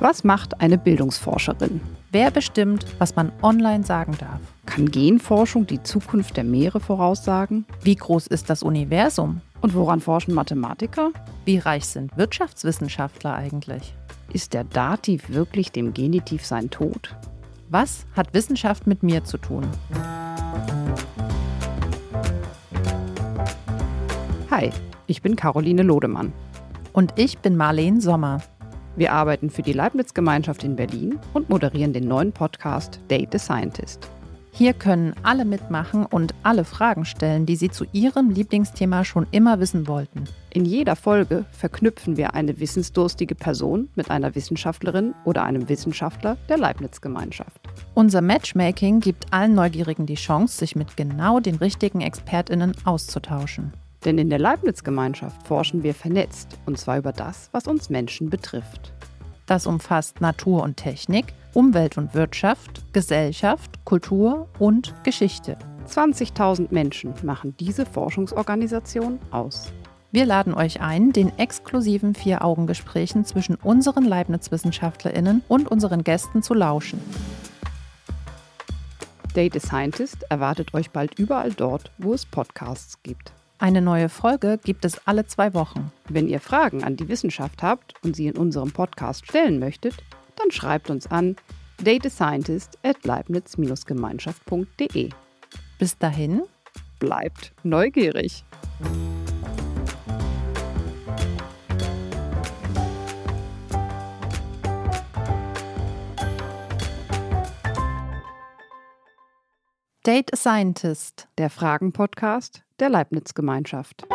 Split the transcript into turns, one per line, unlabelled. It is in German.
Was macht eine Bildungsforscherin?
Wer bestimmt, was man online sagen darf?
Kann Genforschung die Zukunft der Meere voraussagen?
Wie groß ist das Universum?
Und woran forschen Mathematiker?
Wie reich sind Wirtschaftswissenschaftler eigentlich?
Ist der Dativ wirklich dem Genitiv sein Tod?
Was hat Wissenschaft mit mir zu tun?
Hi, ich bin Caroline Lodemann.
Und ich bin Marleen Sommer.
Wir arbeiten für die Leibniz-Gemeinschaft in Berlin und moderieren den neuen Podcast Date the Scientist.
Hier können alle mitmachen und alle Fragen stellen, die sie zu ihrem Lieblingsthema schon immer wissen wollten.
In jeder Folge verknüpfen wir eine wissensdurstige Person mit einer Wissenschaftlerin oder einem Wissenschaftler der Leibniz-Gemeinschaft.
Unser Matchmaking gibt allen Neugierigen die Chance, sich mit genau den richtigen ExpertInnen auszutauschen.
Denn in der Leibniz-Gemeinschaft forschen wir vernetzt, und zwar über das, was uns Menschen betrifft.
Das umfasst Natur und Technik, Umwelt und Wirtschaft, Gesellschaft, Kultur und Geschichte.
20.000 Menschen machen diese Forschungsorganisation aus.
Wir laden euch ein, den exklusiven Vier-Augen-Gesprächen zwischen unseren Leibniz-WissenschaftlerInnen und unseren Gästen zu lauschen.
Data Scientist erwartet euch bald überall dort, wo es Podcasts gibt.
Eine neue Folge gibt es alle zwei Wochen.
Wenn ihr Fragen an die Wissenschaft habt und sie in unserem Podcast stellen möchtet, dann schreibt uns an datascientist at leibniz-gemeinschaft.de.
Bis dahin,
Bleibt neugierig!
Date a Scientist.
Der Fragen-Podcast der Leibniz-Gemeinschaft.